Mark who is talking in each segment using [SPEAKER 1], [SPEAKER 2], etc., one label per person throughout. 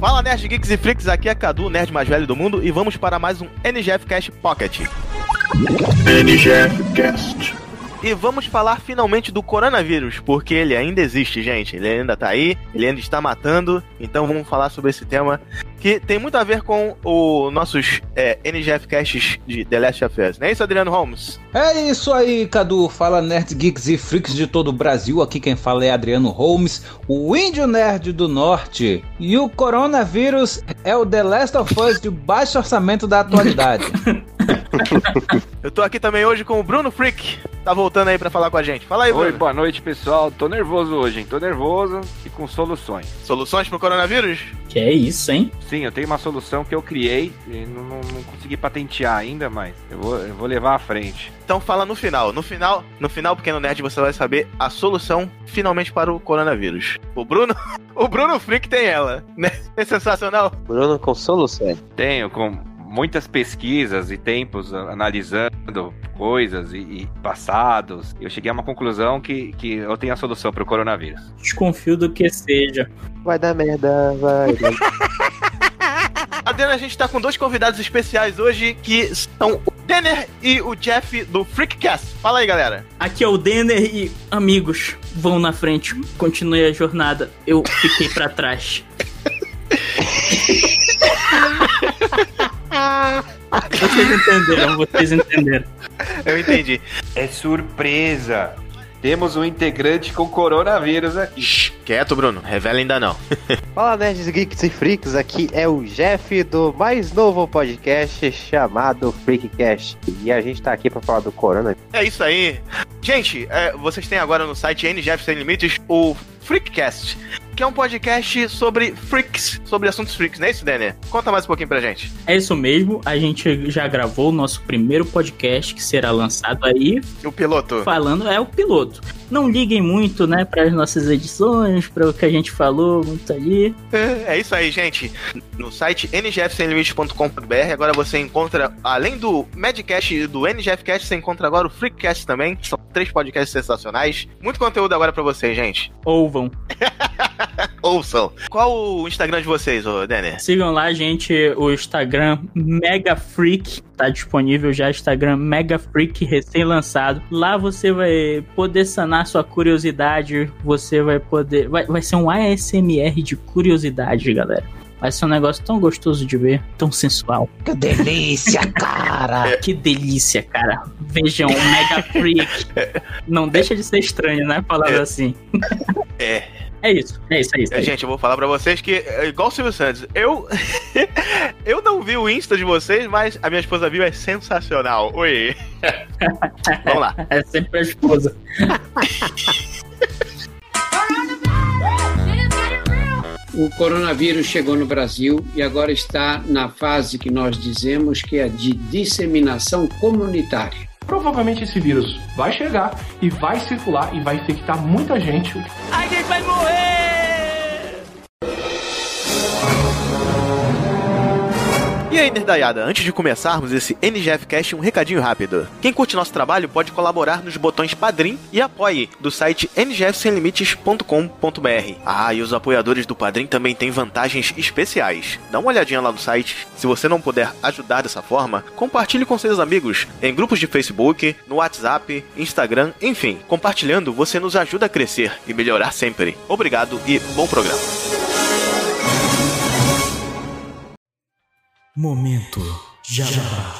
[SPEAKER 1] Fala Nerd Geeks e Freaks, aqui é Cadu, o nerd mais velho do mundo, e vamos para mais um NGF Cash Pocket.
[SPEAKER 2] NGF Cast.
[SPEAKER 1] E vamos falar finalmente do coronavírus, porque ele ainda existe, gente. Ele ainda tá aí, ele ainda está matando. Então vamos falar sobre esse tema que tem muito a ver com os nossos é, NGF casts de The Last of Us. Não é isso, Adriano Holmes?
[SPEAKER 3] É isso aí, Cadu. Fala Nerd Geeks e Freaks de todo o Brasil. Aqui quem fala é Adriano Holmes, o índio nerd do norte. E o coronavírus é o The Last of Us de baixo orçamento da atualidade.
[SPEAKER 1] Eu tô aqui também hoje com o Bruno Freak. Tá voltando aí pra falar com a gente. Fala aí, Bruno.
[SPEAKER 4] Oi, boa noite, pessoal. Tô nervoso hoje, hein? Tô nervoso e com soluções.
[SPEAKER 1] Soluções pro coronavírus?
[SPEAKER 5] Que é isso, hein?
[SPEAKER 4] Sim, eu tenho uma solução que eu criei e não, não- não consegui patentear ainda, mas eu vou, eu vou levar à frente.
[SPEAKER 1] Então fala no final. No final, no final, pequeno nerd, você vai saber a solução finalmente para o coronavírus. O Bruno, o Bruno Freak tem ela, né? É sensacional.
[SPEAKER 6] Bruno com soluções.
[SPEAKER 4] Tenho com muitas pesquisas e tempos a- analisando coisas e, e passados. Eu cheguei a uma conclusão que, que eu tenho a solução pro coronavírus.
[SPEAKER 5] Desconfio do que seja.
[SPEAKER 6] Vai dar merda, vai. dar-
[SPEAKER 1] Adriano, a gente tá com dois convidados especiais hoje que são o Denner e o Jeff do Freakcast. Fala aí, galera.
[SPEAKER 5] Aqui é o Denner e amigos, vão na frente, continue a jornada. Eu fiquei pra trás. vocês entenderam, vocês entenderam.
[SPEAKER 1] Eu entendi.
[SPEAKER 4] É surpresa! Temos um integrante com coronavírus aqui.
[SPEAKER 1] Shh, quieto, Bruno. Revela ainda não.
[SPEAKER 6] Fala nerds, geeks e freaks, aqui é o Jeff do mais novo podcast chamado Freakcast. E a gente tá aqui pra falar do corona.
[SPEAKER 1] É isso aí. Gente, é, vocês têm agora no site NGF Sem Limites o Freakcast, que é um podcast sobre freaks, sobre assuntos freaks, não é isso, Denner? Conta mais um pouquinho pra gente.
[SPEAKER 5] É isso mesmo, a gente já gravou o nosso primeiro podcast que será lançado aí,
[SPEAKER 1] O piloto.
[SPEAKER 5] falando é o piloto. Não liguem muito, né, para as nossas edições, para o que a gente falou, muito ali.
[SPEAKER 1] É isso aí, gente. No site ngfsemlimites.com.br agora você encontra, além do Madcast e do NGFcast, você encontra agora o Freakcast também, que são três podcasts sensacionais. Muito conteúdo agora pra vocês, gente.
[SPEAKER 5] Ouvam.
[SPEAKER 1] Ouçam. Qual o Instagram de vocês, ô Denner?
[SPEAKER 5] Sigam lá, gente, o Instagram Mega Freak. Tá disponível já, Instagram Mega Freak, recém-lançado. Lá você vai poder sanar sua curiosidade. Você vai poder. Vai, vai ser um ASMR de curiosidade, galera. Vai ser um negócio tão gostoso de ver, tão sensual.
[SPEAKER 3] que delícia, cara!
[SPEAKER 5] Que delícia, cara. Vejam, Mega Freak. Não deixa de ser estranho, né? Falando assim.
[SPEAKER 1] É.
[SPEAKER 5] É isso, é isso, é isso.
[SPEAKER 1] É, Gente, eu vou falar pra vocês que, é igual o Silvio Santos, eu. eu não vi o Insta de vocês, mas a minha esposa viu, é sensacional. Oi. Vamos lá.
[SPEAKER 5] É sempre a esposa.
[SPEAKER 7] O coronavírus chegou no Brasil e agora está na fase que nós dizemos que é de disseminação comunitária.
[SPEAKER 8] Provavelmente esse vírus vai chegar e vai circular e vai infectar muita gente.
[SPEAKER 1] E aí, Nerdaiada, antes de começarmos esse NGF Cast, um recadinho rápido. Quem curte nosso trabalho pode colaborar nos botões Padrim e Apoie, do site ngfsemlimites.com.br. Ah, e os apoiadores do Padrim também têm vantagens especiais. Dá uma olhadinha lá no site. Se você não puder ajudar dessa forma, compartilhe com seus amigos em grupos de Facebook, no WhatsApp, Instagram, enfim. Compartilhando, você nos ajuda a crescer e melhorar sempre. Obrigado e bom programa.
[SPEAKER 5] Momento Jabá.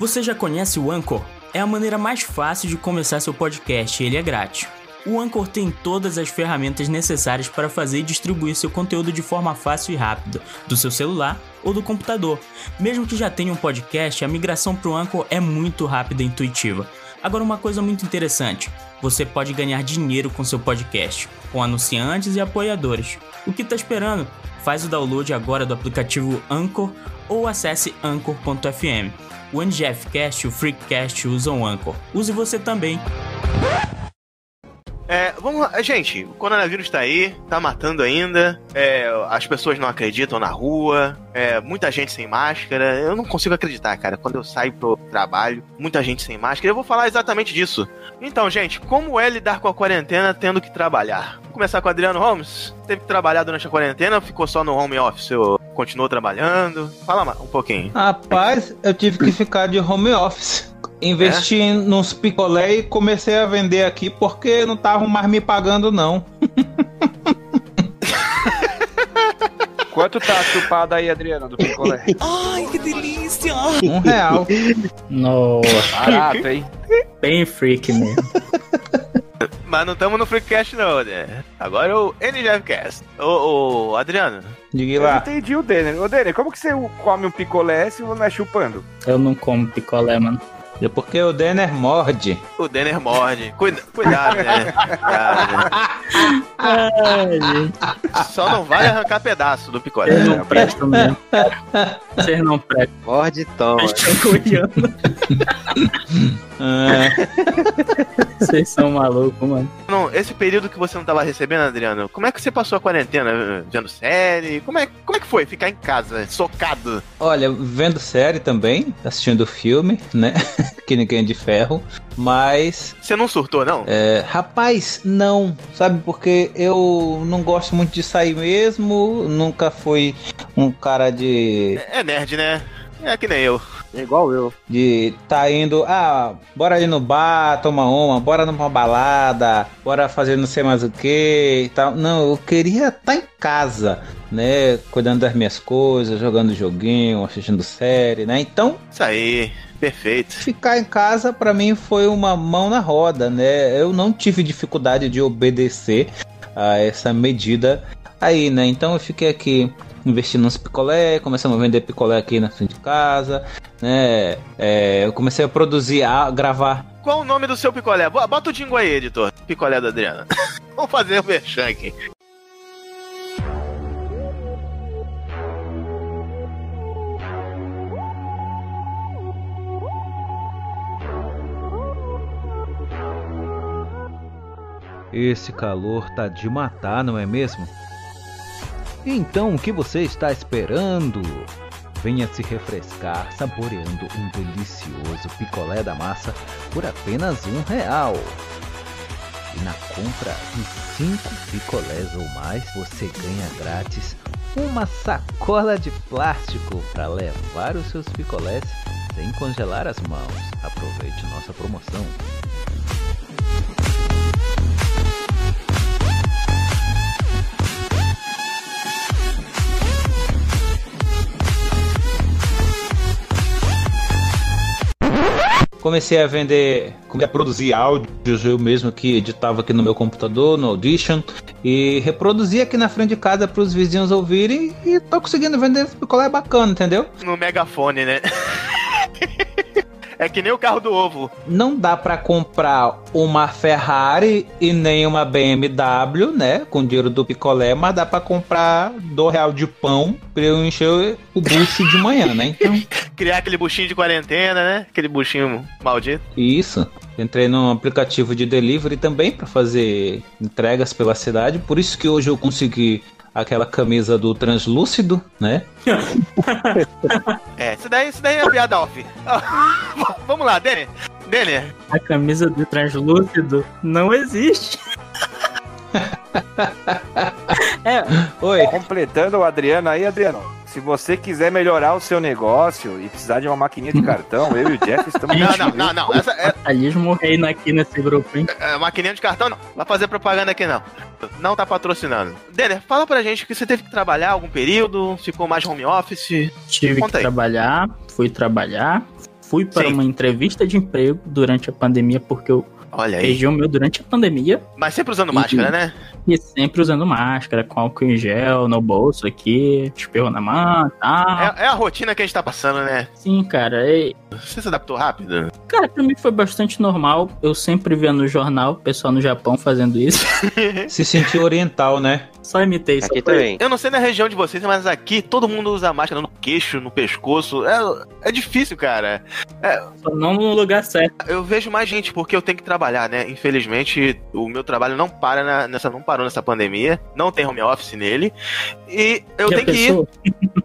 [SPEAKER 5] Você já conhece o Anchor? É a maneira mais fácil de começar seu podcast e ele é grátis. O Anchor tem todas as ferramentas necessárias para fazer e distribuir seu conteúdo de forma fácil e rápida, do seu celular ou do computador. Mesmo que já tenha um podcast, a migração para o Anchor é muito rápida e intuitiva. Agora, uma coisa muito interessante: você pode ganhar dinheiro com seu podcast, com anunciantes e apoiadores. O que está esperando? Faz o download agora do aplicativo Anchor ou acesse anchor.fm. O NGFcast e o Freakcast usam Anchor. Use você também.
[SPEAKER 1] É, vamos lá. Gente, o coronavírus tá aí, tá matando ainda. é, as pessoas não acreditam na rua. é, muita gente sem máscara. Eu não consigo acreditar, cara. Quando eu saio pro trabalho, muita gente sem máscara. Eu vou falar exatamente disso. Então, gente, como é lidar com a quarentena tendo que trabalhar? Vou começar com o Adriano Holmes. Teve que trabalhar durante a quarentena, ficou só no home office ou continuou trabalhando? Fala ma- um pouquinho.
[SPEAKER 3] Rapaz, eu tive que ficar de home office. Investi nos picolé e comecei a vender aqui porque não estavam mais me pagando, não.
[SPEAKER 4] Quanto tá chupado aí, Adriano, do picolé?
[SPEAKER 3] Um real.
[SPEAKER 9] Nossa,
[SPEAKER 4] Barato, hein?
[SPEAKER 9] bem freak mesmo.
[SPEAKER 1] Mas não estamos no Freecast, não, né? Agora o NGFcast. Ô, ô, Adriano,
[SPEAKER 3] Diga
[SPEAKER 4] Eu não
[SPEAKER 3] lá.
[SPEAKER 4] entendi o Denner. Ô, Denner, como que você come um picolé se não é chupando?
[SPEAKER 9] Eu não como picolé, mano.
[SPEAKER 3] É porque o Denner morde.
[SPEAKER 1] O Denner morde. Cuida- cuidado, né? Cuidado,
[SPEAKER 9] Ai, gente,
[SPEAKER 1] né? Só não vale arrancar pedaço do picolé.
[SPEAKER 9] vocês
[SPEAKER 1] né?
[SPEAKER 9] não prestam mesmo. Vocês não prestam.
[SPEAKER 6] Morde e toma.
[SPEAKER 9] Estão coreanos.
[SPEAKER 3] Ah,
[SPEAKER 9] Ah. Vocês são malucos, mano.
[SPEAKER 1] Não, esse período que você não tava recebendo, Adriano, como é que você passou a quarentena? Vendo série? Como é, como é que foi ficar em casa, socado?
[SPEAKER 3] olha, vendo série também, assistindo filme, né? que ninguém é de ferro. Mas
[SPEAKER 1] Você não surtou, não?
[SPEAKER 3] É, Rapaz, não, sabe? Porque eu não gosto muito de sair mesmo, nunca fui um cara de
[SPEAKER 1] É, é nerd, né? É que nem eu.
[SPEAKER 6] É igual eu.
[SPEAKER 3] de tá indo, ah, bora ali no bar, toma uma, bora numa balada, bora fazer não sei mais o que e tal. Não, eu queria estar em casa, né? Cuidando das minhas coisas, jogando joguinho, assistindo série, né? Então,
[SPEAKER 1] Isso aí, perfeito.
[SPEAKER 3] Ficar em casa pra mim foi uma mão na roda, né? Eu não tive dificuldade de obedecer a essa medida aí, né? Então eu fiquei aqui investindo nos picolé, começamos a vender picolé aqui na frente de casa, né? É, eu comecei a produzir, a gravar.
[SPEAKER 1] Qual o nome do seu picolé? Bo- Bota o jingle aí, editor. Picolé do Adriano. Vamos fazer o merchan aqui.
[SPEAKER 3] Esse calor tá de matar, não é mesmo? Então o que você está esperando? Venha se refrescar saboreando um delicioso picolé da massa por apenas um real. E na compra de cinco picolés ou mais, você ganha grátis uma sacola de plástico para levar os seus picolés sem congelar as mãos. Aproveite nossa promoção. Comecei a vender, comecei a produzir áudios eu mesmo que editava aqui no meu computador, no Audition, e reproduzia aqui na frente de casa para os vizinhos ouvirem e tô conseguindo vender esse picolé bacana, entendeu?
[SPEAKER 1] No megafone, né? é que nem o carro do ovo.
[SPEAKER 3] Não dá para comprar uma Ferrari e nem uma BMW, né, com dinheiro do picolé, mas dá para comprar do real de pão para eu encher o bucho de manhã, né? Então
[SPEAKER 1] Criar aquele buchinho de quarentena, né? Aquele buchinho maldito.
[SPEAKER 3] Isso. Entrei num aplicativo de delivery também para fazer entregas pela cidade. Por isso que hoje eu consegui aquela camisa do translúcido, né?
[SPEAKER 1] É, isso daí, isso daí é piada off. Vamos lá, Denner. Denner,
[SPEAKER 9] A camisa do translúcido não existe. é,
[SPEAKER 3] Oi.
[SPEAKER 4] Completando o Adriano aí, Adriano. Se você quiser melhorar o seu negócio e precisar de uma maquininha de cartão, eu e o Jeff estamos
[SPEAKER 1] não, não, não, não. Essa é,
[SPEAKER 9] capitalismo reina aqui nesse grupo, hein?
[SPEAKER 1] é maquininha de cartão, não. Vai fazer propaganda aqui, não. Não tá patrocinando. Denner, fala pra gente que você teve que trabalhar algum período, ficou mais home office.
[SPEAKER 9] Tive
[SPEAKER 1] Conta
[SPEAKER 9] que
[SPEAKER 1] aí.
[SPEAKER 9] trabalhar, fui trabalhar, fui para
[SPEAKER 1] Sim.
[SPEAKER 9] uma entrevista de emprego durante a pandemia, porque eu
[SPEAKER 1] Olha aí.
[SPEAKER 9] perdi o meu durante a pandemia
[SPEAKER 1] Mas sempre usando máscara, né?
[SPEAKER 9] e sempre usando máscara, com álcool em gel no bolso aqui, espirro na mão e tal.
[SPEAKER 1] É, é a rotina que a gente tá passando, né?
[SPEAKER 9] Sim, cara. e-
[SPEAKER 1] Você se adaptou rápido?
[SPEAKER 9] cara, pra mim foi bastante normal. Eu sempre via no jornal o pessoal no Japão fazendo isso.
[SPEAKER 3] Se sentiu oriental, né?
[SPEAKER 9] Só imitei. Só foi-
[SPEAKER 6] Aqui também.
[SPEAKER 1] Eu não sei na região de vocês, mas aqui todo mundo usa máscara no queixo, no pescoço. É, é difícil, cara.
[SPEAKER 9] só Não no lugar certo.
[SPEAKER 1] Eu vejo mais gente porque eu tenho que trabalhar, né? Infelizmente, o meu trabalho não para na- nessa, não parou nessa pandemia. Não tem home office nele. E eu
[SPEAKER 9] Já
[SPEAKER 1] tenho que ir.
[SPEAKER 9] pensou?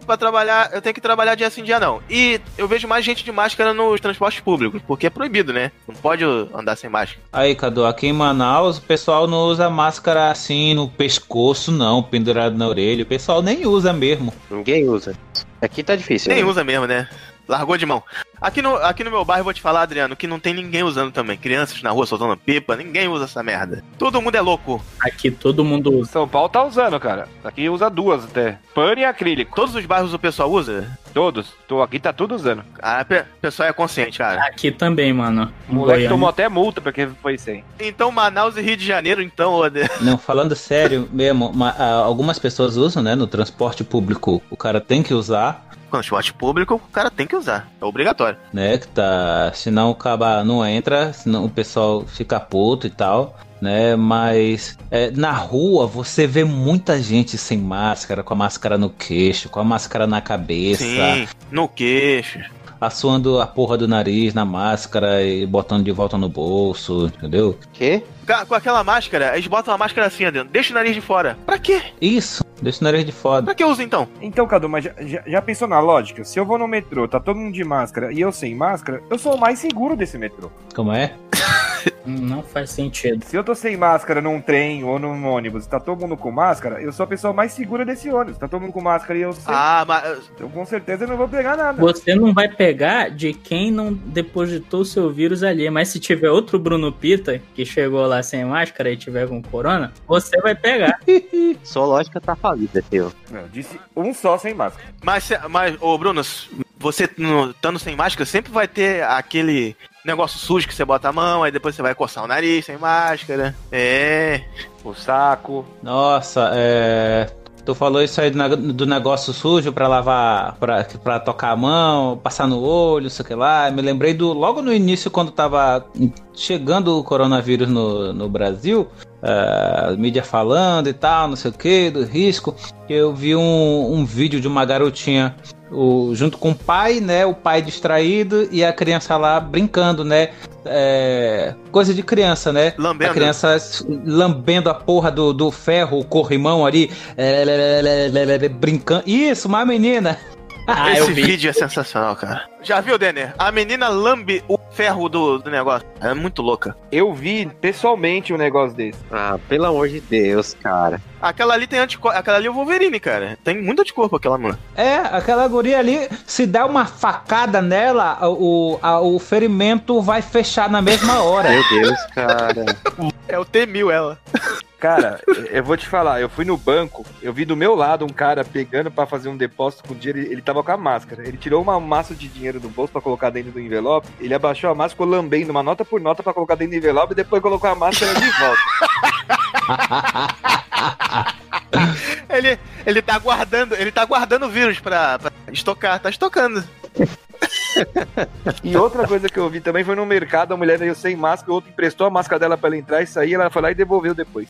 [SPEAKER 1] Pra trabalhar, eu tenho que trabalhar dia sim, dia não. E eu vejo mais gente de máscara nos transportes públicos, porque é proibido, né? Não pode andar sem máscara.
[SPEAKER 3] Aí, Cadu, aqui em Manaus, o pessoal não usa máscara assim no pescoço, não, pendurado na orelha. O pessoal nem usa mesmo.
[SPEAKER 6] Ninguém usa. Aqui tá difícil.
[SPEAKER 1] Nem
[SPEAKER 6] né?
[SPEAKER 1] usa mesmo, né? Largou de mão. Aqui no, aqui no meu bairro, eu vou te falar, Adriano, que não tem ninguém usando também. Crianças na rua soltando pipa, ninguém usa essa merda. Todo mundo é louco.
[SPEAKER 9] Aqui todo mundo usa.
[SPEAKER 4] São Paulo tá usando, cara. Aqui usa duas até. Pano e acrílico.
[SPEAKER 1] Todos os bairros o pessoal usa.
[SPEAKER 4] Todos. Tô aqui, tá tudo usando.
[SPEAKER 1] Ah, pe- o pessoal é consciente, cara.
[SPEAKER 9] Aqui também, mano.
[SPEAKER 4] O moleque
[SPEAKER 9] Goiânia.
[SPEAKER 4] tomou até multa porque foi sem.
[SPEAKER 1] Então, Manaus e Rio de Janeiro, então, ô, Adriano.
[SPEAKER 3] Não, falando sério mesmo, ma- ah, algumas pessoas usam, né, no transporte público. O cara tem que usar,
[SPEAKER 1] Quando esporte público, o cara tem que usar. É obrigatório.
[SPEAKER 3] né, que tá... Senão o cara não entra, senão o pessoal fica puto e tal, né, mas... é, na rua, você vê muita gente sem máscara, com a máscara no queixo, com a máscara na cabeça...
[SPEAKER 1] Sim, no queixo.
[SPEAKER 3] assoando a porra do nariz na máscara e botando de volta no bolso, entendeu?
[SPEAKER 6] Quê?
[SPEAKER 1] Ca- Com aquela máscara, eles botam a máscara assim, Adriano. Deixa o nariz de fora. Pra quê?
[SPEAKER 3] Isso, deixa o nariz de foda.
[SPEAKER 1] Pra que usa então?
[SPEAKER 2] Então, Cadu, mas já, já- já pensou na lógica? Se eu vou no metrô, tá todo mundo de máscara e eu sem máscara, eu sou o mais seguro desse metrô.
[SPEAKER 3] Como é?
[SPEAKER 9] Não faz sentido.
[SPEAKER 2] Se eu tô sem máscara num trem ou num ônibus e tá todo mundo com máscara, eu sou a pessoa mais segura desse ônibus. Tá todo mundo com máscara e eu sem.
[SPEAKER 1] Ah, mas.
[SPEAKER 2] Então, com certeza, eu não vou pegar nada.
[SPEAKER 9] Você não vai pegar de quem não depositou o seu vírus ali. Mas se tiver outro Bruno Pita que chegou lá sem máscara e tiver com corona, você vai pegar.
[SPEAKER 6] Sua lógica tá falida, teu.
[SPEAKER 2] Não, disse um só sem máscara.
[SPEAKER 1] Mas, se- mas ô Bruno, você no- estando sem máscara, sempre vai ter aquele negócio sujo que você bota a mão, aí depois você vai coçar o nariz sem máscara. É.
[SPEAKER 4] O saco.
[SPEAKER 3] Nossa, é. Tu falou isso aí do, neg- do negócio sujo pra lavar, pra, pra tocar a mão, passar no olho, sei que lá. Me lembrei do logo no início, quando tava chegando o coronavírus no, no Brasil, ah, mídia falando e tal, não sei o que, do risco. Eu vi um, um vídeo de uma garotinha o- junto com o pai, né? O pai distraído e a criança lá brincando, né? É, coisa de criança, né? A
[SPEAKER 1] Lambendo.
[SPEAKER 3] criança s- lambendo a porra do, do ferro, o corrimão ali, é, lelelelelelele, brincando. Isso, uma menina.
[SPEAKER 9] Ah,
[SPEAKER 1] Esse
[SPEAKER 9] eu vi.
[SPEAKER 1] vídeo é sensacional, cara. Já viu, Denner? A menina lambe o ferro do, do negócio. É muito louca.
[SPEAKER 4] Eu vi pessoalmente um negócio desse.
[SPEAKER 6] Ah, pelo amor de Deus, cara.
[SPEAKER 1] Aquela ali tem anticorpo. Aquela ali é o Wolverine, cara. Tem muito anticorpo aquela mano.
[SPEAKER 3] É, aquela guria ali, se der uma facada nela, o, a- o ferimento vai fechar na mesma hora.
[SPEAKER 6] Meu Deus, cara.
[SPEAKER 1] É o T-1000 ela.
[SPEAKER 4] Cara, eu vou te falar, eu fui no banco, eu vi do meu lado um cara pegando pra fazer um depósito com dinheiro, ele, ele tava com a máscara. Ele tirou uma massa de dinheiro do bolso pra colocar dentro do envelope, ele abaixou a máscara, ficou lambendo uma nota por nota pra colocar dentro do envelope e depois colocou a máscara de volta.
[SPEAKER 1] Ele, ele tá guardando, ele tá guardando o vírus pra, pra estocar, tá estocando.
[SPEAKER 4] E outra coisa que eu vi também foi no mercado, a mulher veio sem máscara, o outro emprestou a máscara dela pra ela entrar e sair, ela foi lá e devolveu depois.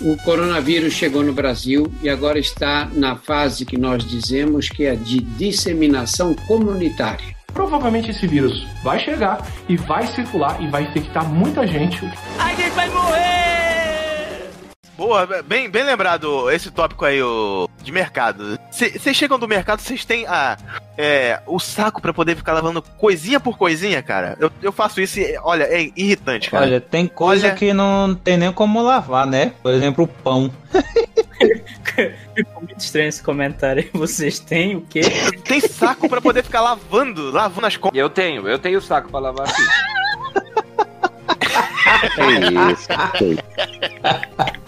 [SPEAKER 7] O coronavírus chegou no Brasil e agora está na fase que nós dizemos que é de disseminação comunitária.
[SPEAKER 8] Provavelmente esse vírus vai chegar e vai circular e vai infectar muita gente.
[SPEAKER 1] Boa, bem, bem lembrado esse tópico aí o, de mercado. Vocês chegam do mercado, vocês têm a, é, o saco pra poder ficar lavando coisinha por coisinha, cara. Eu, eu faço isso e, olha, é irritante, cara.
[SPEAKER 3] Olha, tem coisa
[SPEAKER 1] Olha.
[SPEAKER 3] que não tem nem como lavar, né? Por exemplo, o pão.
[SPEAKER 9] Ficou É muito estranho esse comentário. aí. Vocês têm o quê?
[SPEAKER 1] Tem saco pra poder ficar lavando, lavando as compras.
[SPEAKER 4] E eu tenho, eu tenho o saco pra lavar aqui.
[SPEAKER 6] É isso. ok.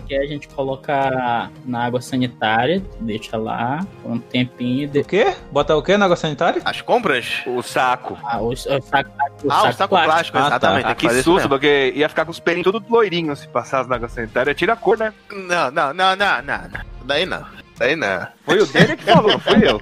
[SPEAKER 9] Que é a gente coloca na água sanitária, deixa lá um tempinho e
[SPEAKER 3] O
[SPEAKER 9] de...
[SPEAKER 3] quê? Botar o quê na água sanitária?
[SPEAKER 1] As compras?
[SPEAKER 4] O saco.
[SPEAKER 9] ah, o, o saco, o
[SPEAKER 1] ah, o saco plástico,
[SPEAKER 3] Ah, tá.
[SPEAKER 1] exatamente.
[SPEAKER 4] Ah,
[SPEAKER 1] Tem que
[SPEAKER 4] que
[SPEAKER 1] fazer
[SPEAKER 4] susto,
[SPEAKER 1] isso mesmo.
[SPEAKER 4] porque ia ficar com os pelinhos tudo loirinhos se passasse na água sanitária. Tira a cor, né?
[SPEAKER 1] Não, não, não, não, não, não. Daí não. Daí não.
[SPEAKER 4] Foi o Dene que falou, não fui eu.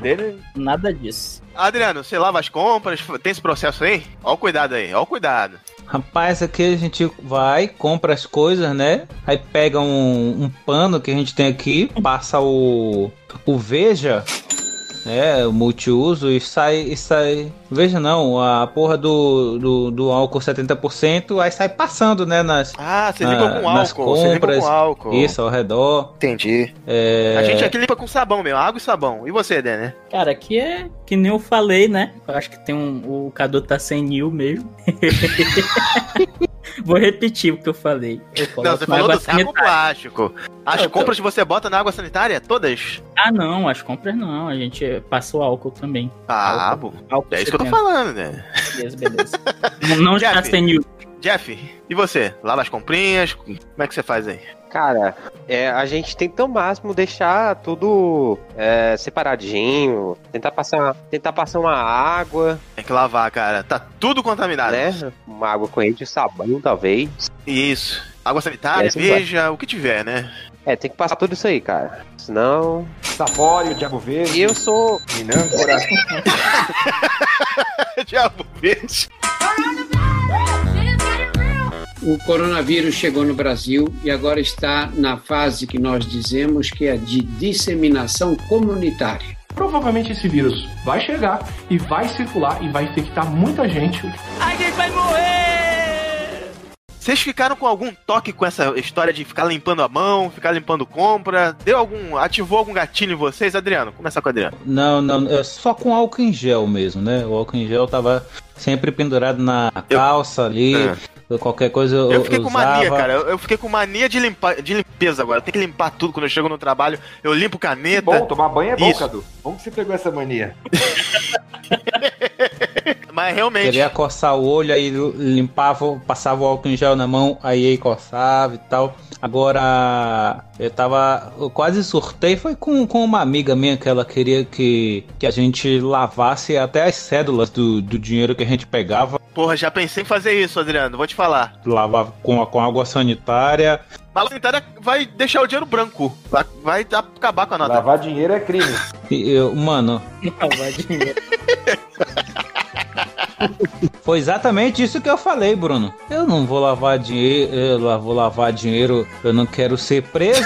[SPEAKER 4] Dene,
[SPEAKER 9] Nada disso.
[SPEAKER 1] Adriano, você lava as compras, tem esse processo aí? Ó o cuidado aí, ó o cuidado.
[SPEAKER 3] Rapaz, aqui a gente vai, compra as coisas, né? Aí pega um, um pano que a gente tem aqui, passa o, o Veja, né? O multiuso e sai, e sai. Veja não, a porra do, do, do álcool 70%, aí sai passando, né? Nas,
[SPEAKER 1] Ah, você
[SPEAKER 3] na-
[SPEAKER 1] limpa com
[SPEAKER 3] nas
[SPEAKER 1] álcool. Você limpa
[SPEAKER 3] compras,
[SPEAKER 1] com álcool.
[SPEAKER 3] Isso, ao redor.
[SPEAKER 1] Entendi.
[SPEAKER 3] É,
[SPEAKER 1] A gente aqui limpa com sabão mesmo, água e sabão. E você, Dene?
[SPEAKER 5] Cara, aqui é que nem eu falei, né? Eu acho que tem um. O Cadu tá sem nil mesmo. Vou repetir o que eu falei. Eu
[SPEAKER 1] Não,
[SPEAKER 5] coloco
[SPEAKER 1] você
[SPEAKER 5] uma
[SPEAKER 1] falou
[SPEAKER 5] água
[SPEAKER 1] do saco
[SPEAKER 5] sanitária.
[SPEAKER 1] plástico. As
[SPEAKER 5] Eu tô-
[SPEAKER 1] compras que você bota na água sanitária? Todas?
[SPEAKER 5] Ah, não, as compras não. A gente passou álcool também.
[SPEAKER 1] Ah,
[SPEAKER 5] Álcool.
[SPEAKER 1] pô,
[SPEAKER 5] Álcool
[SPEAKER 1] é isso que eu tô
[SPEAKER 5] 70.
[SPEAKER 1] falando, né?
[SPEAKER 5] Beleza, beleza. não não está
[SPEAKER 1] Jeff.
[SPEAKER 5] sem nil.
[SPEAKER 1] Jeff, e você? Lava as comprinhas? Como é que você faz aí?
[SPEAKER 6] Cara, é, a gente tenta ao máximo deixar tudo é, separadinho, tentar passar, tentar passar uma água,
[SPEAKER 1] Tem que lavar, cara. Tá tudo contaminado.
[SPEAKER 6] né? Uma água corrente, um sabão, talvez.
[SPEAKER 1] Isso. Água sanitária,
[SPEAKER 6] É, sim, vai.
[SPEAKER 1] veja, o que tiver, né?
[SPEAKER 6] É, tem que passar tudo isso aí, cara. Senão.
[SPEAKER 4] Sapólio, Diabo Verde,
[SPEAKER 6] E eu sou.
[SPEAKER 4] Minan, Coração.
[SPEAKER 1] Diabo verde.
[SPEAKER 7] O coronavírus chegou no Brasil e agora está na fase que nós dizemos que é de disseminação comunitária.
[SPEAKER 8] Provavelmente esse vírus vai chegar e vai circular e vai infectar muita gente.
[SPEAKER 1] Vocês ficaram com algum toque com essa história de ficar limpando a mão, ficar limpando compra? Deu algum. ativou algum gatilho em vocês, Adriano? Começar com o Adriano.
[SPEAKER 3] Não, não, é só com álcool em gel mesmo, né? O álcool em gel tava sempre pendurado na
[SPEAKER 1] Eu- É.
[SPEAKER 3] calça ali, qualquer coisa eu,
[SPEAKER 1] Eu fiquei com
[SPEAKER 3] usava.
[SPEAKER 1] mania, cara. Eu, eu fiquei com mania de, limpar, de limpeza agora. Tem que limpar tudo quando eu chego no trabalho. Eu limpo
[SPEAKER 4] É
[SPEAKER 1] caneta.
[SPEAKER 4] bom, tomar banho é bom,
[SPEAKER 1] Isso.
[SPEAKER 4] Cadu. Bom que você pegou essa mania.
[SPEAKER 1] Mas realmente.
[SPEAKER 3] Queria coçar o olho, aí limpava, passava o álcool em gel na mão, aí aí coçava e tal. Agora, eu tava. Eu quase surtei, foi com, com uma amiga minha que ela queria que, que a gente lavasse até as cédulas do, do dinheiro que a gente pegava,
[SPEAKER 1] Porra, já pensei em fazer isso, Adriano. Vou te falar.
[SPEAKER 3] lavava com, a- com água sanitária.
[SPEAKER 1] Mas a sanitária vai deixar o dinheiro branco. Vai, vai acabar com a nota.
[SPEAKER 4] Lavar dinheiro é crime.
[SPEAKER 3] E eu, mano,
[SPEAKER 5] Não, vai dinheiro.
[SPEAKER 3] Foi exatamente isso que eu falei, Bruno. Eu não vou lavar dinheiro, eu la- vou lavar dinheiro, eu não quero ser preso.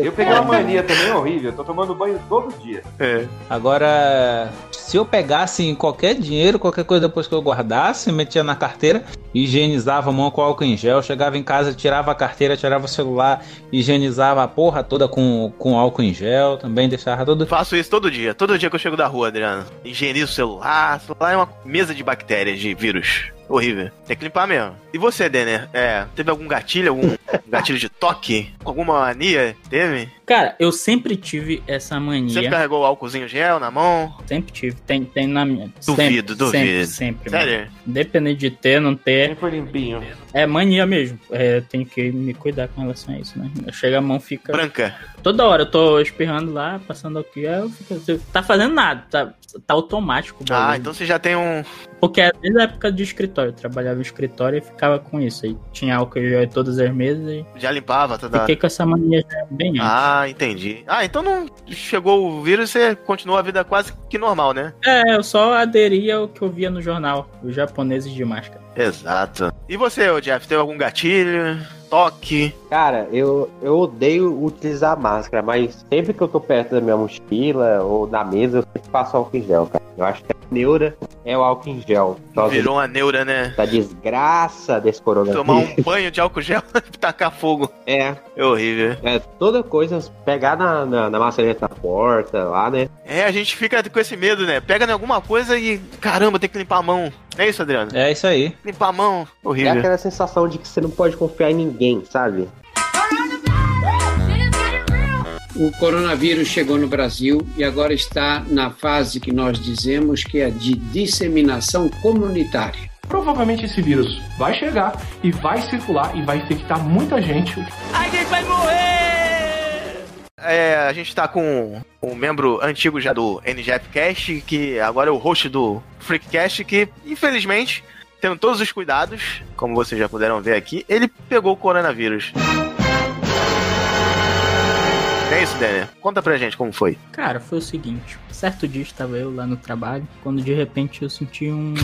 [SPEAKER 4] Eu peguei uma mania também horrível. Eu tô tomando banho todo dia.
[SPEAKER 1] É.
[SPEAKER 3] Agora, se eu pegasse em qualquer dinheiro, qualquer coisa depois que eu guardasse, metia na carteira, higienizava a mão com álcool em gel, chegava em casa, tirava a carteira, tirava o celular, higienizava a porra toda com, com álcool em gel, também deixava tudo.
[SPEAKER 1] Faço isso todo dia. Todo dia que eu chego da rua, Adriano. Higienizo o celular. O celular é uma mesa de bactérias, de vírus. Horrível. Tem que limpar mesmo. E você, Denner? É, teve algum gatilho, algum gatilho de toque? Alguma mania? Teve?
[SPEAKER 5] Cara, eu sempre tive essa mania.
[SPEAKER 1] Sempre tá- carregou o álcoolzinho gel na mão?
[SPEAKER 5] Sempre tive. Tem, tem na minha.
[SPEAKER 1] Duvido,
[SPEAKER 5] sempre, Sempre,
[SPEAKER 1] duvido.
[SPEAKER 5] sempre. mano.
[SPEAKER 1] Sério?
[SPEAKER 5] Independente de ter, não ter.
[SPEAKER 4] Quem foi limpinho?
[SPEAKER 5] É mania mesmo. É, eu tenho que me cuidar com relação a isso, né? Chega a mão, fica.
[SPEAKER 1] Branca.
[SPEAKER 5] Toda hora eu tô espirrando lá, passando aqui, aí eu fico. você Tá fazendo nada, tá, tá automático. o
[SPEAKER 1] Ah,
[SPEAKER 5] bagulho.
[SPEAKER 1] então você já tem um.
[SPEAKER 5] Porque era desde a época de escritório, eu trabalhava em escritório e ficava com isso. Aí tinha álcool em gel em todas as mesas e
[SPEAKER 1] Já limpava, tá? da-
[SPEAKER 5] fiquei com essa mania já bem antes.
[SPEAKER 1] Ah, entendi. Ah, então não chegou o vírus e você continuou a vida quase que normal, né?
[SPEAKER 5] É, eu só aderia ao que eu via no jornal, os japoneses de máscara.
[SPEAKER 1] Exato. E você, ô Jeff, teve algum gatilho? Toque?
[SPEAKER 6] Cara, eu, eu odeio utilizar máscara, mas sempre que eu tô perto da minha mochila ou da mesa, eu sempre passo álcool em gel, cara. Eu acho que a neura é o álcool em gel. Por causa
[SPEAKER 1] Virou uma neura, né?
[SPEAKER 6] da desgraça desse coronavírus.
[SPEAKER 1] Tomar um banho de álcool gel e tacar fogo.
[SPEAKER 6] É,
[SPEAKER 1] É horrível.
[SPEAKER 6] é, toda coisa, pegar na, na, na maçaneta da porta lá, né?
[SPEAKER 1] É, a gente fica com esse medo, né? Pega em alguma coisa e. Caramba, tem que limpar a mão. Não é isso, Adriano?
[SPEAKER 3] É isso aí.
[SPEAKER 1] Limpar a mão.
[SPEAKER 6] É
[SPEAKER 1] Horrível.
[SPEAKER 6] aquela sensação de que você não pode confiar em ninguém, sabe?
[SPEAKER 7] O coronavírus chegou no Brasil e agora está na fase que nós dizemos que é de disseminação comunitária.
[SPEAKER 8] Provavelmente esse vírus vai chegar e vai circular e vai infectar muita gente.
[SPEAKER 1] É, a gente tá com um membro antigo já do NGFcast, que agora é o host do Freakcast, que infelizmente, tendo todos os cuidados, como vocês já puderam ver aqui, ele pegou o coronavírus. É isso, Daniel. Conta pra gente como foi.
[SPEAKER 5] Cara, foi o seguinte: certo dia estava eu lá no trabalho, quando de repente eu senti um.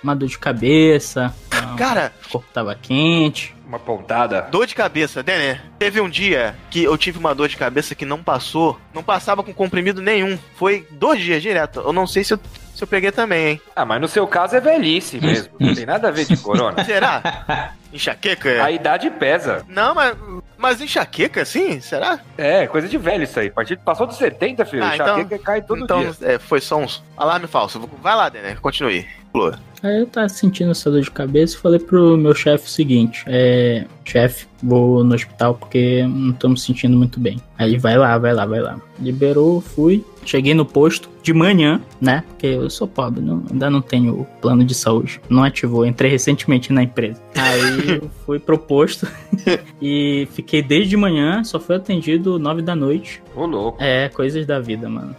[SPEAKER 5] Uma dor de cabeça, Não,
[SPEAKER 1] Cara,
[SPEAKER 5] o corpo tava quente.
[SPEAKER 4] Uma pontada.
[SPEAKER 1] Dor de cabeça, Dené. Teve um dia que eu tive uma dor de cabeça que não passou, não passava com comprimido nenhum. Foi dois dias direto. Eu não sei se eu, se eu peguei também, hein?
[SPEAKER 4] Ah, mas no seu caso é velhice mesmo. Não tem nada a ver de corona.
[SPEAKER 1] Será? Enxaqueca? é?
[SPEAKER 4] A idade pesa.
[SPEAKER 1] Não, mas, mas enxaqueca, sim? Será?
[SPEAKER 4] É, coisa de velho isso aí. A partir passou dos 70, filho.
[SPEAKER 1] Ah,
[SPEAKER 4] enxaqueca
[SPEAKER 1] então-
[SPEAKER 4] cai todo
[SPEAKER 1] então,
[SPEAKER 4] dia.
[SPEAKER 1] é, foi só um alarme falso. Vai lá, Dené, continue. Lua.
[SPEAKER 5] Aí eu tava sentindo essa dor de cabeça e falei pro meu chefe o seguinte: é, chefe, vou no hospital porque não tô me sentindo muito bem. Aí vai lá, vai lá, vai lá. Liberou, fui. Cheguei no posto de manhã, né? Porque eu sou pobre, não- ainda não tenho o plano de saúde. Não ativou, entrei recentemente na empresa. Aí eu fui pro posto e fiquei desde de manhã, só fui atendido 9 da noite.
[SPEAKER 4] Ô, louco.
[SPEAKER 5] É, coisas da vida, mano.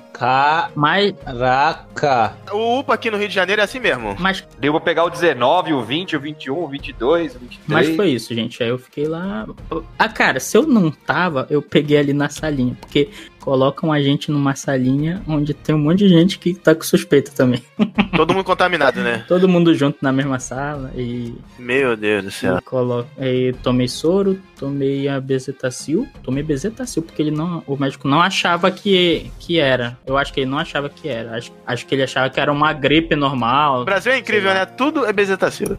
[SPEAKER 5] Mas,
[SPEAKER 3] Caraca.
[SPEAKER 1] O UPA aqui no Rio de Janeiro é assim mesmo.
[SPEAKER 5] mas
[SPEAKER 4] Deu pra pegar o 19, o 20, o 21, o 22, o 23.
[SPEAKER 5] Mas foi isso, gente. Aí eu fiquei lá. Ah, cara, se eu não tava, eu peguei ali na salinha. Porque colocam a gente numa salinha onde tem um monte de gente que tá com suspeita também.
[SPEAKER 1] Todo mundo contaminado, né?
[SPEAKER 5] Todo mundo junto na mesma sala e.
[SPEAKER 1] Meu Deus do céu.
[SPEAKER 5] e colo- e tomei soro, tomei a bezetacil. Tomei bezetacil porque ele não, o médico não achava que, que era. Eu acho que ele não achava que era. Acho, acho que ele achava que era uma gripe normal.
[SPEAKER 1] O Brasil é incrível,
[SPEAKER 5] Sei
[SPEAKER 1] né? Tudo é bezetacil.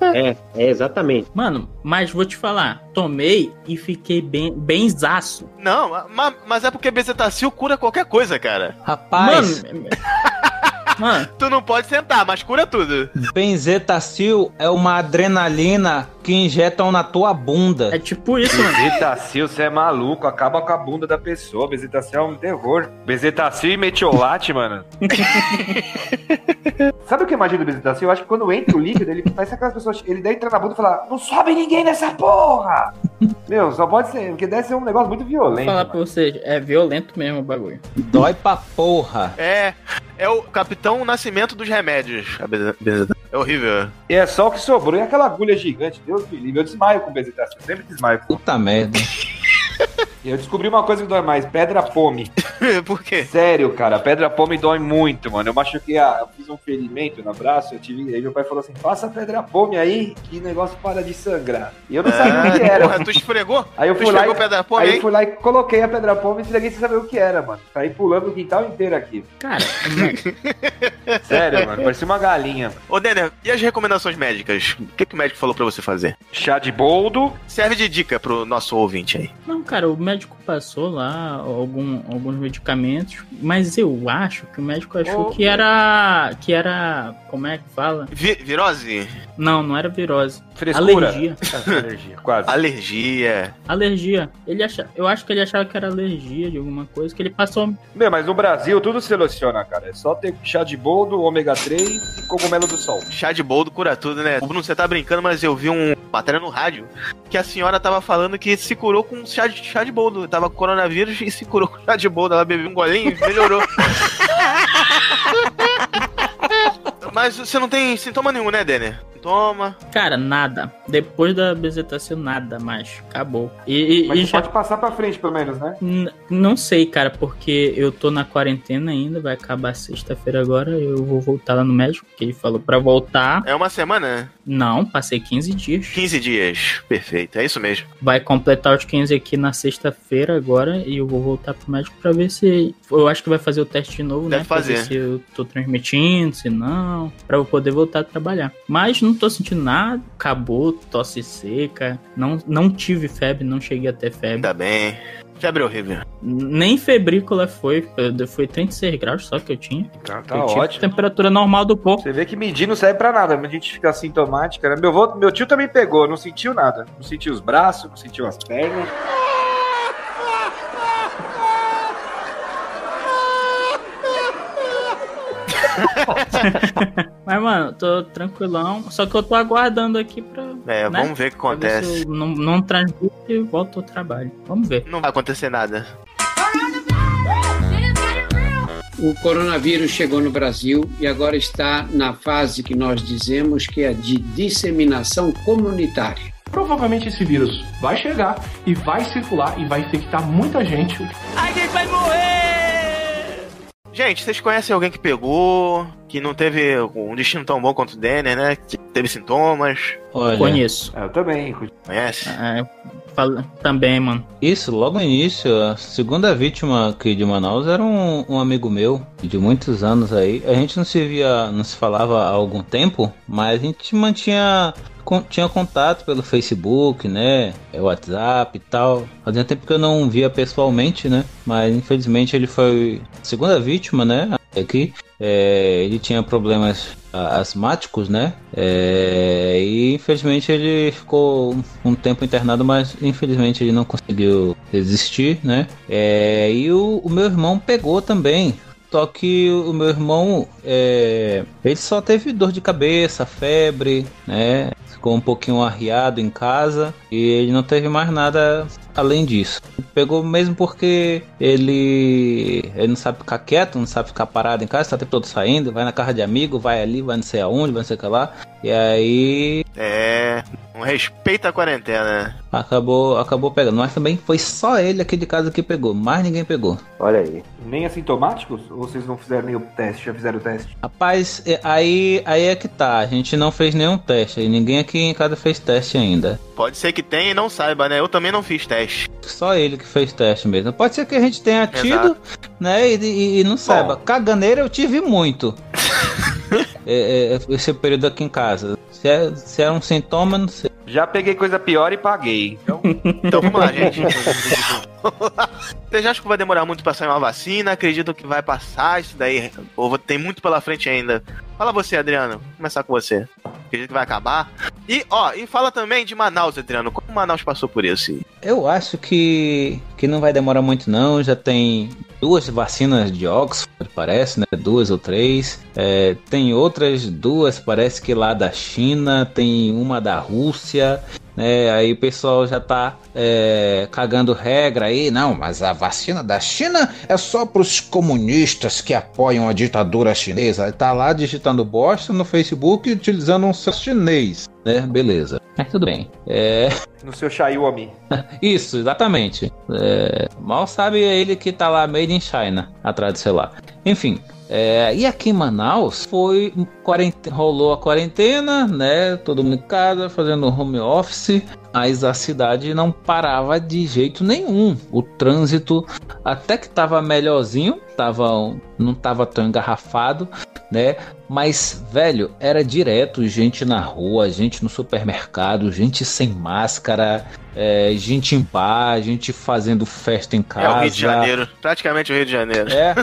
[SPEAKER 6] É, exatamente.
[SPEAKER 5] Mano, mas vou te falar. Tomei e fiquei bem, benzaço.
[SPEAKER 1] Não, ma- mas é porque bezetacil cura qualquer coisa, cara.
[SPEAKER 3] Rapaz,
[SPEAKER 5] Mano, mano,
[SPEAKER 1] Tu não pode sentar, mas cura tudo.
[SPEAKER 3] benzetacil é uma adrenalina que injetam na tua bunda.
[SPEAKER 5] é tipo isso, mano.
[SPEAKER 4] Bezetacil, você é maluco, acaba com a bunda da pessoa. Bezetacil é um terror. Bezetacil e metiolate, mano. Sabe o que eu imagino do bezetacil? Eu acho que quando entra o líquido, ele parece aquelas pessoas. Ele deve entrar na bunda e falar: Não sobe ninguém nessa porra! Meu, só pode ser, porque deve ser um negócio muito
[SPEAKER 5] Vou
[SPEAKER 4] violento.
[SPEAKER 5] falar
[SPEAKER 4] mano.
[SPEAKER 5] pra vocês, é violento mesmo o bagulho.
[SPEAKER 3] Dói pra porra.
[SPEAKER 1] É, é o Capitão Nascimento dos Remédios. a beze- bezeta- É horrível.
[SPEAKER 4] E é só o que sobrou. E aquela agulha gigante, Deus me livre. Eu desmaio com bezetacil, sempre desmaio.
[SPEAKER 3] Puta merda.
[SPEAKER 4] E eu descobri uma coisa que dói mais: pedra pome.
[SPEAKER 1] Por quê?
[SPEAKER 4] Sério, cara, pedra pome dói muito, mano. Eu machuquei, a, eu fiz um ferimento no braço, eu tive, aí meu pai falou assim, faça pedra pome aí, que o negócio para de sangrar. E eu não sabia o que
[SPEAKER 1] Ah,
[SPEAKER 4] era.
[SPEAKER 1] porra, tu esfregou?
[SPEAKER 4] Aí eu
[SPEAKER 1] Tu
[SPEAKER 4] fui lá,
[SPEAKER 1] esfregou
[SPEAKER 4] e,
[SPEAKER 1] o pedra pô,
[SPEAKER 4] aí eu
[SPEAKER 1] hein?
[SPEAKER 4] fui lá e coloquei a pedra pome e entreguei sem saber o que era, mano. Saí pulando o quintal inteiro aqui.
[SPEAKER 5] Cara,
[SPEAKER 4] Sério, mano, parecia uma galinha.
[SPEAKER 1] Ô, Denner, e as recomendações médicas? O que, que o médico falou pra você fazer?
[SPEAKER 4] Chá de boldo,
[SPEAKER 1] Serve de dica pro nosso ouvinte aí.
[SPEAKER 5] não, cara, o médico passou lá algum, alguns medicamentos, mas eu acho que o médico achou
[SPEAKER 4] Ô,
[SPEAKER 5] que era. que era. como é que fala?
[SPEAKER 1] Vi- virose?
[SPEAKER 5] Não, não era virose.
[SPEAKER 4] frescura.
[SPEAKER 5] Alergia.
[SPEAKER 4] Ah, alergia, quase.
[SPEAKER 1] Alergia.
[SPEAKER 5] Alergia. Ele acha, eu acho que ele achava que era alergia de alguma coisa, que ele passou.
[SPEAKER 4] Meu, mas no Brasil tudo se soluciona, cara. É só ter chá de boldo, ômega 3 e cogumelo do sol.
[SPEAKER 1] Chá de boldo cura tudo, né? Bruno, você tá brincando, mas eu vi um matéria no rádio que a senhora tava falando que se curou com chá de, chá de boldo. Tava com coronavírus e se curou com chá de boldo. Ela bebeu um golinho e melhorou. mas você não tem sintoma nenhum, né, Denner? Sintoma.
[SPEAKER 5] Cara, nada. Depois da bezetacil, nada mais. Acabou. E, e-
[SPEAKER 4] Mas
[SPEAKER 5] e
[SPEAKER 4] você
[SPEAKER 5] já
[SPEAKER 4] pode passar pra frente, pelo menos, né?
[SPEAKER 5] N- Não sei, cara, porque eu tô na quarentena ainda, vai acabar sexta-feira agora, eu vou voltar lá no médico, porque ele falou pra voltar.
[SPEAKER 1] É uma semana, né?
[SPEAKER 5] Não, passei 15 dias.
[SPEAKER 1] 15 dias. Perfeito, é isso mesmo.
[SPEAKER 5] Vai completar os 15 aqui na sexta-feira agora e eu vou voltar pro médico pra ver se eu acho que vai fazer o teste de novo,
[SPEAKER 1] Deve
[SPEAKER 5] né, pra ver
[SPEAKER 1] fazer.
[SPEAKER 5] se eu tô transmitindo, se não, pra eu poder voltar a trabalhar. Mas não tô sentindo nada, acabou, tosse seca, não não tive febre, não cheguei até febre.
[SPEAKER 1] Ainda bem. Febre horrível.
[SPEAKER 5] Nem febrícula foi, eu- foi 36 graus só que eu tinha.
[SPEAKER 1] Ah,
[SPEAKER 4] Tá,
[SPEAKER 5] eu tive temperatura normal do corpo.
[SPEAKER 4] Você vê que medir não serve pra nada, a gente fica assintomática, né? Meu, vô- meu tio também pegou, não sentiu nada. Não sentiu os braços, não sentiu as pernas.
[SPEAKER 5] Mas, mano, tô tranquilão. Só que eu tô aguardando aqui pra.
[SPEAKER 1] É,
[SPEAKER 5] Né?
[SPEAKER 1] vamos ver o que
[SPEAKER 5] pra ver se
[SPEAKER 1] acontece.
[SPEAKER 5] eu não, não transmito e volto ao trabalho. Vamos ver.
[SPEAKER 1] Não vai acontecer nada.
[SPEAKER 7] O coronavírus chegou no Brasil e agora está na fase que nós dizemos que é a de disseminação comunitária.
[SPEAKER 8] Provavelmente esse vírus vai chegar e vai circular e vai infectar muita gente.
[SPEAKER 1] Gente, vocês conhecem alguém que pegou, que não teve um destino tão bom quanto o Denner, né? Que Teve sintomas?
[SPEAKER 3] Olha,
[SPEAKER 5] Conheço.
[SPEAKER 2] É, eu também.
[SPEAKER 1] Conhece?
[SPEAKER 5] É, fala- também, mano.
[SPEAKER 3] isso logo no início, a segunda vítima aqui de Manaus era um, um amigo meu, de muitos anos aí. A gente não se via, não se falava há algum tempo, mas a gente mantinha. con- Tinha contato pelo Facebook, né? é, WhatsApp e tal. Fazia tempo que eu não via pessoalmente, né? Mas infelizmente ele foi a segunda vítima, né? Aqui. É, ele tinha problemas a- asmáticos, né? É, e infelizmente ele ficou um tempo internado, mas infelizmente ele não conseguiu resistir, né? É, e o, o meu irmão pegou também. Só que o meu irmão, é, ele só teve dor de cabeça, febre, né? Ficou um pouquinho arriado em casa e ele não teve mais nada além disso. Pegou mesmo porque ele, ele não sabe ficar quieto, não sabe ficar parado em casa, tá o tempo todo saindo, vai na casa de amigo, vai ali, vai não sei aonde, vai não sei o que lá. E aí
[SPEAKER 1] É. Não respeita a quarentena, né?
[SPEAKER 3] Acabou, acabou pegando. Mas também foi só ele aqui de casa que pegou. Mais ninguém pegou.
[SPEAKER 6] Olha aí.
[SPEAKER 2] Nem assintomáticos? Ou vocês não fizeram nenhum teste? Já fizeram o teste?
[SPEAKER 3] Rapaz, é- aí, aí é que tá. A gente não fez nenhum teste. E ninguém aqui em casa fez teste ainda.
[SPEAKER 1] Pode ser que tenha e não saiba, né? Eu também não fiz teste.
[SPEAKER 3] Só ele que fez teste mesmo. Pode ser que a gente tenha tido,
[SPEAKER 1] Exato.
[SPEAKER 3] né? E, e- e não saiba. Caganeira eu tive muito. É, é, esse período aqui em casa. Se é, se é um sintoma, não sei.
[SPEAKER 4] Já peguei coisa pior e paguei.
[SPEAKER 1] Então vamos lá, gente. Vocês acham que vai demorar muito pra sair uma vacina? Acredito que vai passar isso daí. Ou vou- tem muito pela frente ainda. Fala você, Adriano. Vou começar com você. Acredito que vai acabar. E, ó, e fala também de Manaus, Adriano. Como Manaus passou por isso?
[SPEAKER 3] Eu acho que, que não vai demorar muito, não. Já tem duas vacinas de Oxford, parece, né? Duas ou três. É, tem outras duas, parece que lá da China, tem uma da Rússia. né? aí o pessoal já tá é, cagando regra aí, não, mas a vacina da China é só pros comunistas que apoiam a ditadura chinesa. Aí Tá lá digitando bosta no Facebook e utilizando um seu chinês, né? Beleza. Mas tudo bem. É,
[SPEAKER 2] No seu Xiaomi.
[SPEAKER 3] isso, exatamente. É, mal sabe ele que tá lá made in China, atrás do celular. Enfim, é, e aqui em Manaus foi quarenten- rolou a quarentena, né? Todo mundo em casa, fazendo home office, mas a cidade não parava de jeito nenhum. O trânsito até que tava melhorzinho, tava, um- não tava tão engarrafado, né? Mas, velho, era direto gente na rua, gente no supermercado, gente sem máscara, é, gente em bar, gente fazendo festa em casa.
[SPEAKER 1] É o Rio de Janeiro. Praticamente o Rio de Janeiro.
[SPEAKER 3] É,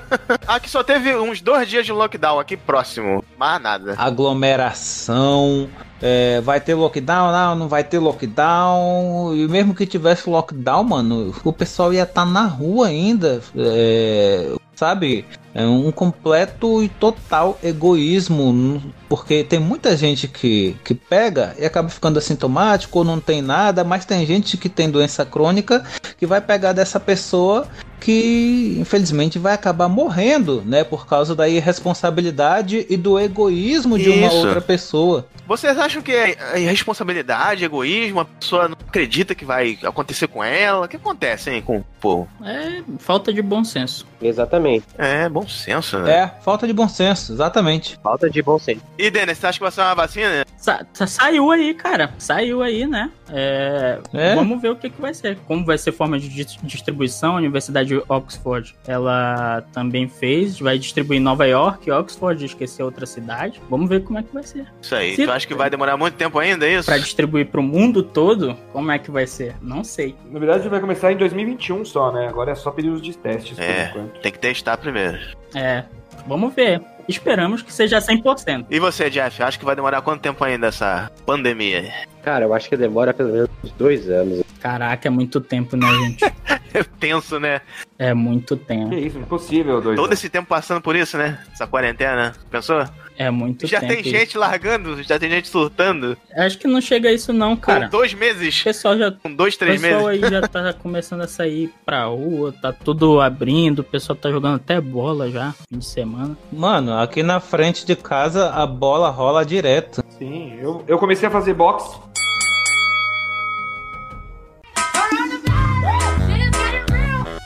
[SPEAKER 1] Aqui só teve uns dois dias de lockdown aqui próximo. Mas nada.
[SPEAKER 3] aglomeração. é, vai ter lockdown? Não, não vai ter lockdown. E mesmo que tivesse lockdown, mano, o pessoal ia estar na rua ainda. é, sabe? É um completo e total egoísmo. n- Porque tem muita gente que, que pega e acaba ficando assintomático ou não tem nada, mas tem gente que tem doença crônica que vai pegar dessa pessoa que infelizmente vai acabar morrendo, né, por causa da irresponsabilidade e do egoísmo de uma
[SPEAKER 1] Isso.
[SPEAKER 3] outra pessoa.
[SPEAKER 1] Vocês acham que é é irresponsabilidade, egoísmo? A pessoa não acredita que vai acontecer com ela? O que acontece, hein, com o povo?
[SPEAKER 5] É falta de bom senso.
[SPEAKER 6] Exatamente.
[SPEAKER 1] É, bom senso, né?
[SPEAKER 3] É, falta de bom senso, exatamente.
[SPEAKER 6] Falta de bom senso.
[SPEAKER 1] E, Denis, você acha que vai ser uma vacina?
[SPEAKER 5] Sa- sa- saiu aí, cara. Saiu aí, né? É,
[SPEAKER 3] É.
[SPEAKER 5] Vamos ver o que, que vai ser. Como vai ser forma de dis- distribuição. A Universidade de Oxford, ela também fez. Vai distribuir em Nova York, Oxford, esqueci outra cidade. Vamos ver como é que vai ser.
[SPEAKER 1] Isso aí.
[SPEAKER 5] Sim.
[SPEAKER 1] Tu acha que vai demorar muito tempo ainda, é isso?
[SPEAKER 5] Pra distribuir pro mundo todo, como é que vai ser? Não sei.
[SPEAKER 2] Na verdade, vai começar em 2021 só, né? Agora é só períodos de testes,
[SPEAKER 1] É.
[SPEAKER 2] por enquanto.
[SPEAKER 1] Tem que testar primeiro.
[SPEAKER 5] É, vamos ver. Esperamos que seja 100%.
[SPEAKER 1] E você, Jeff, acha que vai demorar quanto tempo ainda essa pandemia? aí?
[SPEAKER 6] Cara, eu acho que demora pelo menos uns dois anos.
[SPEAKER 5] Caraca, é muito tempo, né, gente?
[SPEAKER 1] É tenso, né?
[SPEAKER 5] É muito tempo.
[SPEAKER 2] Que isso, impossível, dois.
[SPEAKER 1] Todo esse tempo passando por isso, né? Essa quarentena, pensou?
[SPEAKER 5] É muito
[SPEAKER 1] já
[SPEAKER 5] tempo.
[SPEAKER 1] tem gente largando, já tem gente surtando.
[SPEAKER 5] Acho que não chega a isso, não,
[SPEAKER 1] Com
[SPEAKER 5] cara.
[SPEAKER 1] dois
[SPEAKER 5] O
[SPEAKER 1] meses,
[SPEAKER 5] pessoal já
[SPEAKER 1] com dois, três
[SPEAKER 5] o pessoal
[SPEAKER 1] meses.
[SPEAKER 5] aí já tá começando a sair pra rua, tá tudo abrindo, o pessoal tá jogando até bola já, fim de semana.
[SPEAKER 3] Mano, aqui na frente de casa a bola rola direto.
[SPEAKER 2] Sim, eu, eu comecei a fazer boxe.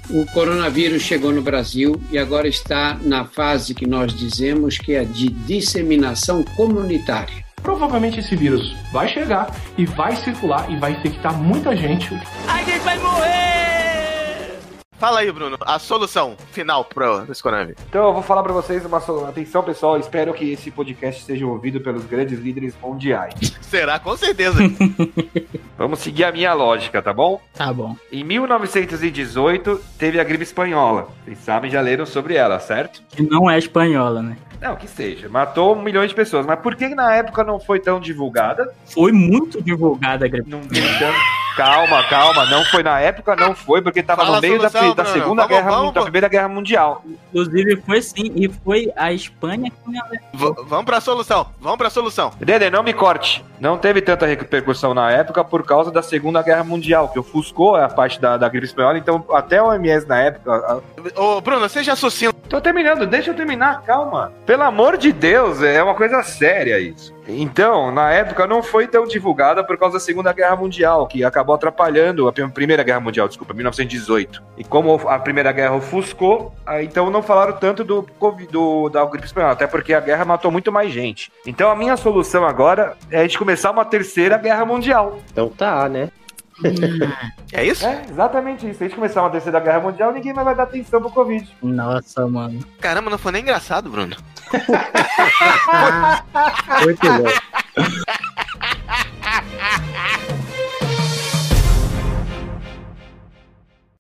[SPEAKER 7] O coronavírus chegou no Brasil e agora está na fase que nós dizemos que é de disseminação comunitária.
[SPEAKER 8] Provavelmente esse vírus vai chegar e vai circular e vai infectar muita gente.
[SPEAKER 1] Fala aí, Bruno, a solução final pro esse Konami.
[SPEAKER 2] Então eu vou falar pra vocês uma solução. Atenção, pessoal. Espero que esse podcast seja ouvido pelos grandes líderes mundiais.
[SPEAKER 1] Será com certeza.
[SPEAKER 4] Vamos seguir a minha lógica, tá bom?
[SPEAKER 5] Tá bom.
[SPEAKER 4] Em 1918, teve a gripe espanhola. Vocês sabem, já leram sobre ela, certo?
[SPEAKER 5] Que não é espanhola, né?
[SPEAKER 4] Não, que seja. Matou um milhão de pessoas. Mas por que que na época não foi tão divulgada?
[SPEAKER 5] Foi muito divulgada a gripe.
[SPEAKER 4] Não tem tanto- Calma, calma. Não foi na época, não foi, porque tava
[SPEAKER 1] Fala
[SPEAKER 4] no
[SPEAKER 1] a
[SPEAKER 4] meio da,
[SPEAKER 1] solução,
[SPEAKER 4] da
[SPEAKER 1] Bruno.
[SPEAKER 4] Segunda
[SPEAKER 1] Vamos,
[SPEAKER 4] Guerra
[SPEAKER 1] vamos,
[SPEAKER 4] Mundial, da
[SPEAKER 1] vamos.
[SPEAKER 4] Primeira Guerra Mundial.
[SPEAKER 5] Inclusive foi sim, e foi a Espanha que
[SPEAKER 1] V- vamos pra solução, vamos pra solução.
[SPEAKER 4] Dede, não me corte. Não teve tanta repercussão na época por causa da Segunda Guerra Mundial, que ofuscou a parte da, da gripe espanhola. Então, até a OMS na época, a-
[SPEAKER 1] Ô, Bruno, seja sucinto.
[SPEAKER 4] Tô terminando, deixa eu terminar, calma. Pelo amor de Deus, é uma coisa séria isso. Então, na época não foi tão divulgada por causa da Segunda Guerra Mundial, que acabou atrapalhando a prim- Primeira Guerra Mundial, desculpa, 1918. E como a Primeira Guerra ofuscou, aí, então não falaram tanto do, COVID, do da gripe espanhola, até porque a guerra matou muito mais gente. Então a minha solução agora é a gente começar uma Terceira Guerra Mundial.
[SPEAKER 6] Então tá, né?
[SPEAKER 1] É isso?
[SPEAKER 4] É, exatamente isso. Se a gente começar uma Terceira Guerra Mundial, ninguém mais vai dar atenção pro Covid.
[SPEAKER 5] Nossa, mano.
[SPEAKER 1] Caramba, não foi nem engraçado, Bruno.
[SPEAKER 5] Muito bom.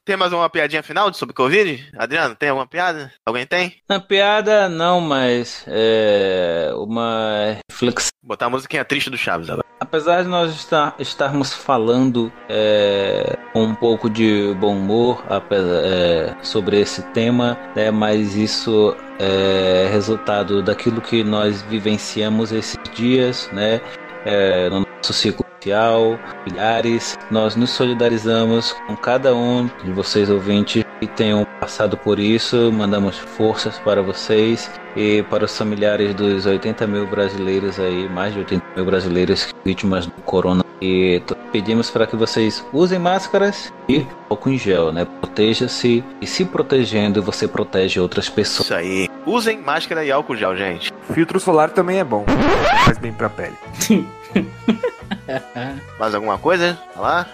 [SPEAKER 1] Tem mais uma piadinha final de- sobre Covid? Adriano, tem alguma piada? Alguém tem?
[SPEAKER 3] Na piada, não, mas é uma reflexão.
[SPEAKER 1] Botar a musiquinha triste do Chaves agora.
[SPEAKER 3] Apesar de nós estar- estarmos falando é, com um pouco de bom humor apesar- é, sobre esse tema, né, mas isso é resultado daquilo que nós vivenciamos esses dias, né, é, no nosso ciclo social, milhares. Nós nos solidarizamos com cada um de vocês ouvintes que tenham passado por isso, mandamos forças para vocês e para os familiares dos 80 mil brasileiros aí, mais de 80 mil brasileiros que- vítimas do corona. E t- pedimos para que vocês usem máscaras e álcool em gel, né? Proteja-se e se protegendo você protege outras pessoas.
[SPEAKER 1] Isso aí. Usem máscara e álcool gel, gente.
[SPEAKER 4] Filtro solar também é bom. Faz bem pra pele.
[SPEAKER 1] Mais alguma coisa? Falar?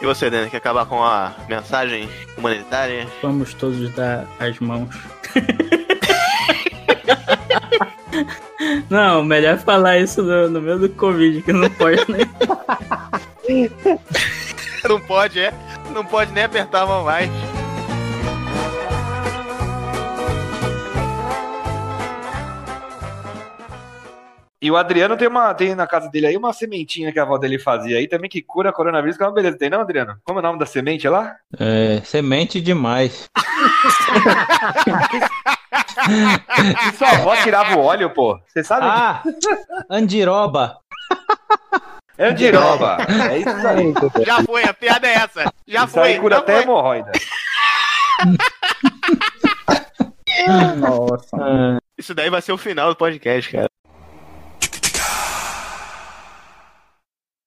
[SPEAKER 1] e você, Dani, quer acabar com a mensagem humanitária?
[SPEAKER 5] Vamos todos dar as mãos. Não, melhor falar isso no, no meio do Covid, que não pode nem.
[SPEAKER 1] Não pode, é? Não pode nem apertar a mão mais.
[SPEAKER 4] E o Adriano tem uma tem na casa dele aí uma sementinha que a avó dele fazia aí também que cura coronavírus, que é uma beleza. Tem não, Adriano? Como é o nome da semente lá?
[SPEAKER 3] É, semente demais.
[SPEAKER 4] Que sua avó tirava o óleo, pô. Você sabe?
[SPEAKER 3] Ah, andiroba.
[SPEAKER 4] é andiroba. É isso aí.
[SPEAKER 1] Já foi, a piada é essa. Já
[SPEAKER 4] Isso
[SPEAKER 1] foi.
[SPEAKER 4] aí cura
[SPEAKER 1] já
[SPEAKER 4] até
[SPEAKER 1] então foi.
[SPEAKER 4] hemorroida.
[SPEAKER 5] Nossa.
[SPEAKER 1] Isso daí vai ser o final do podcast, cara.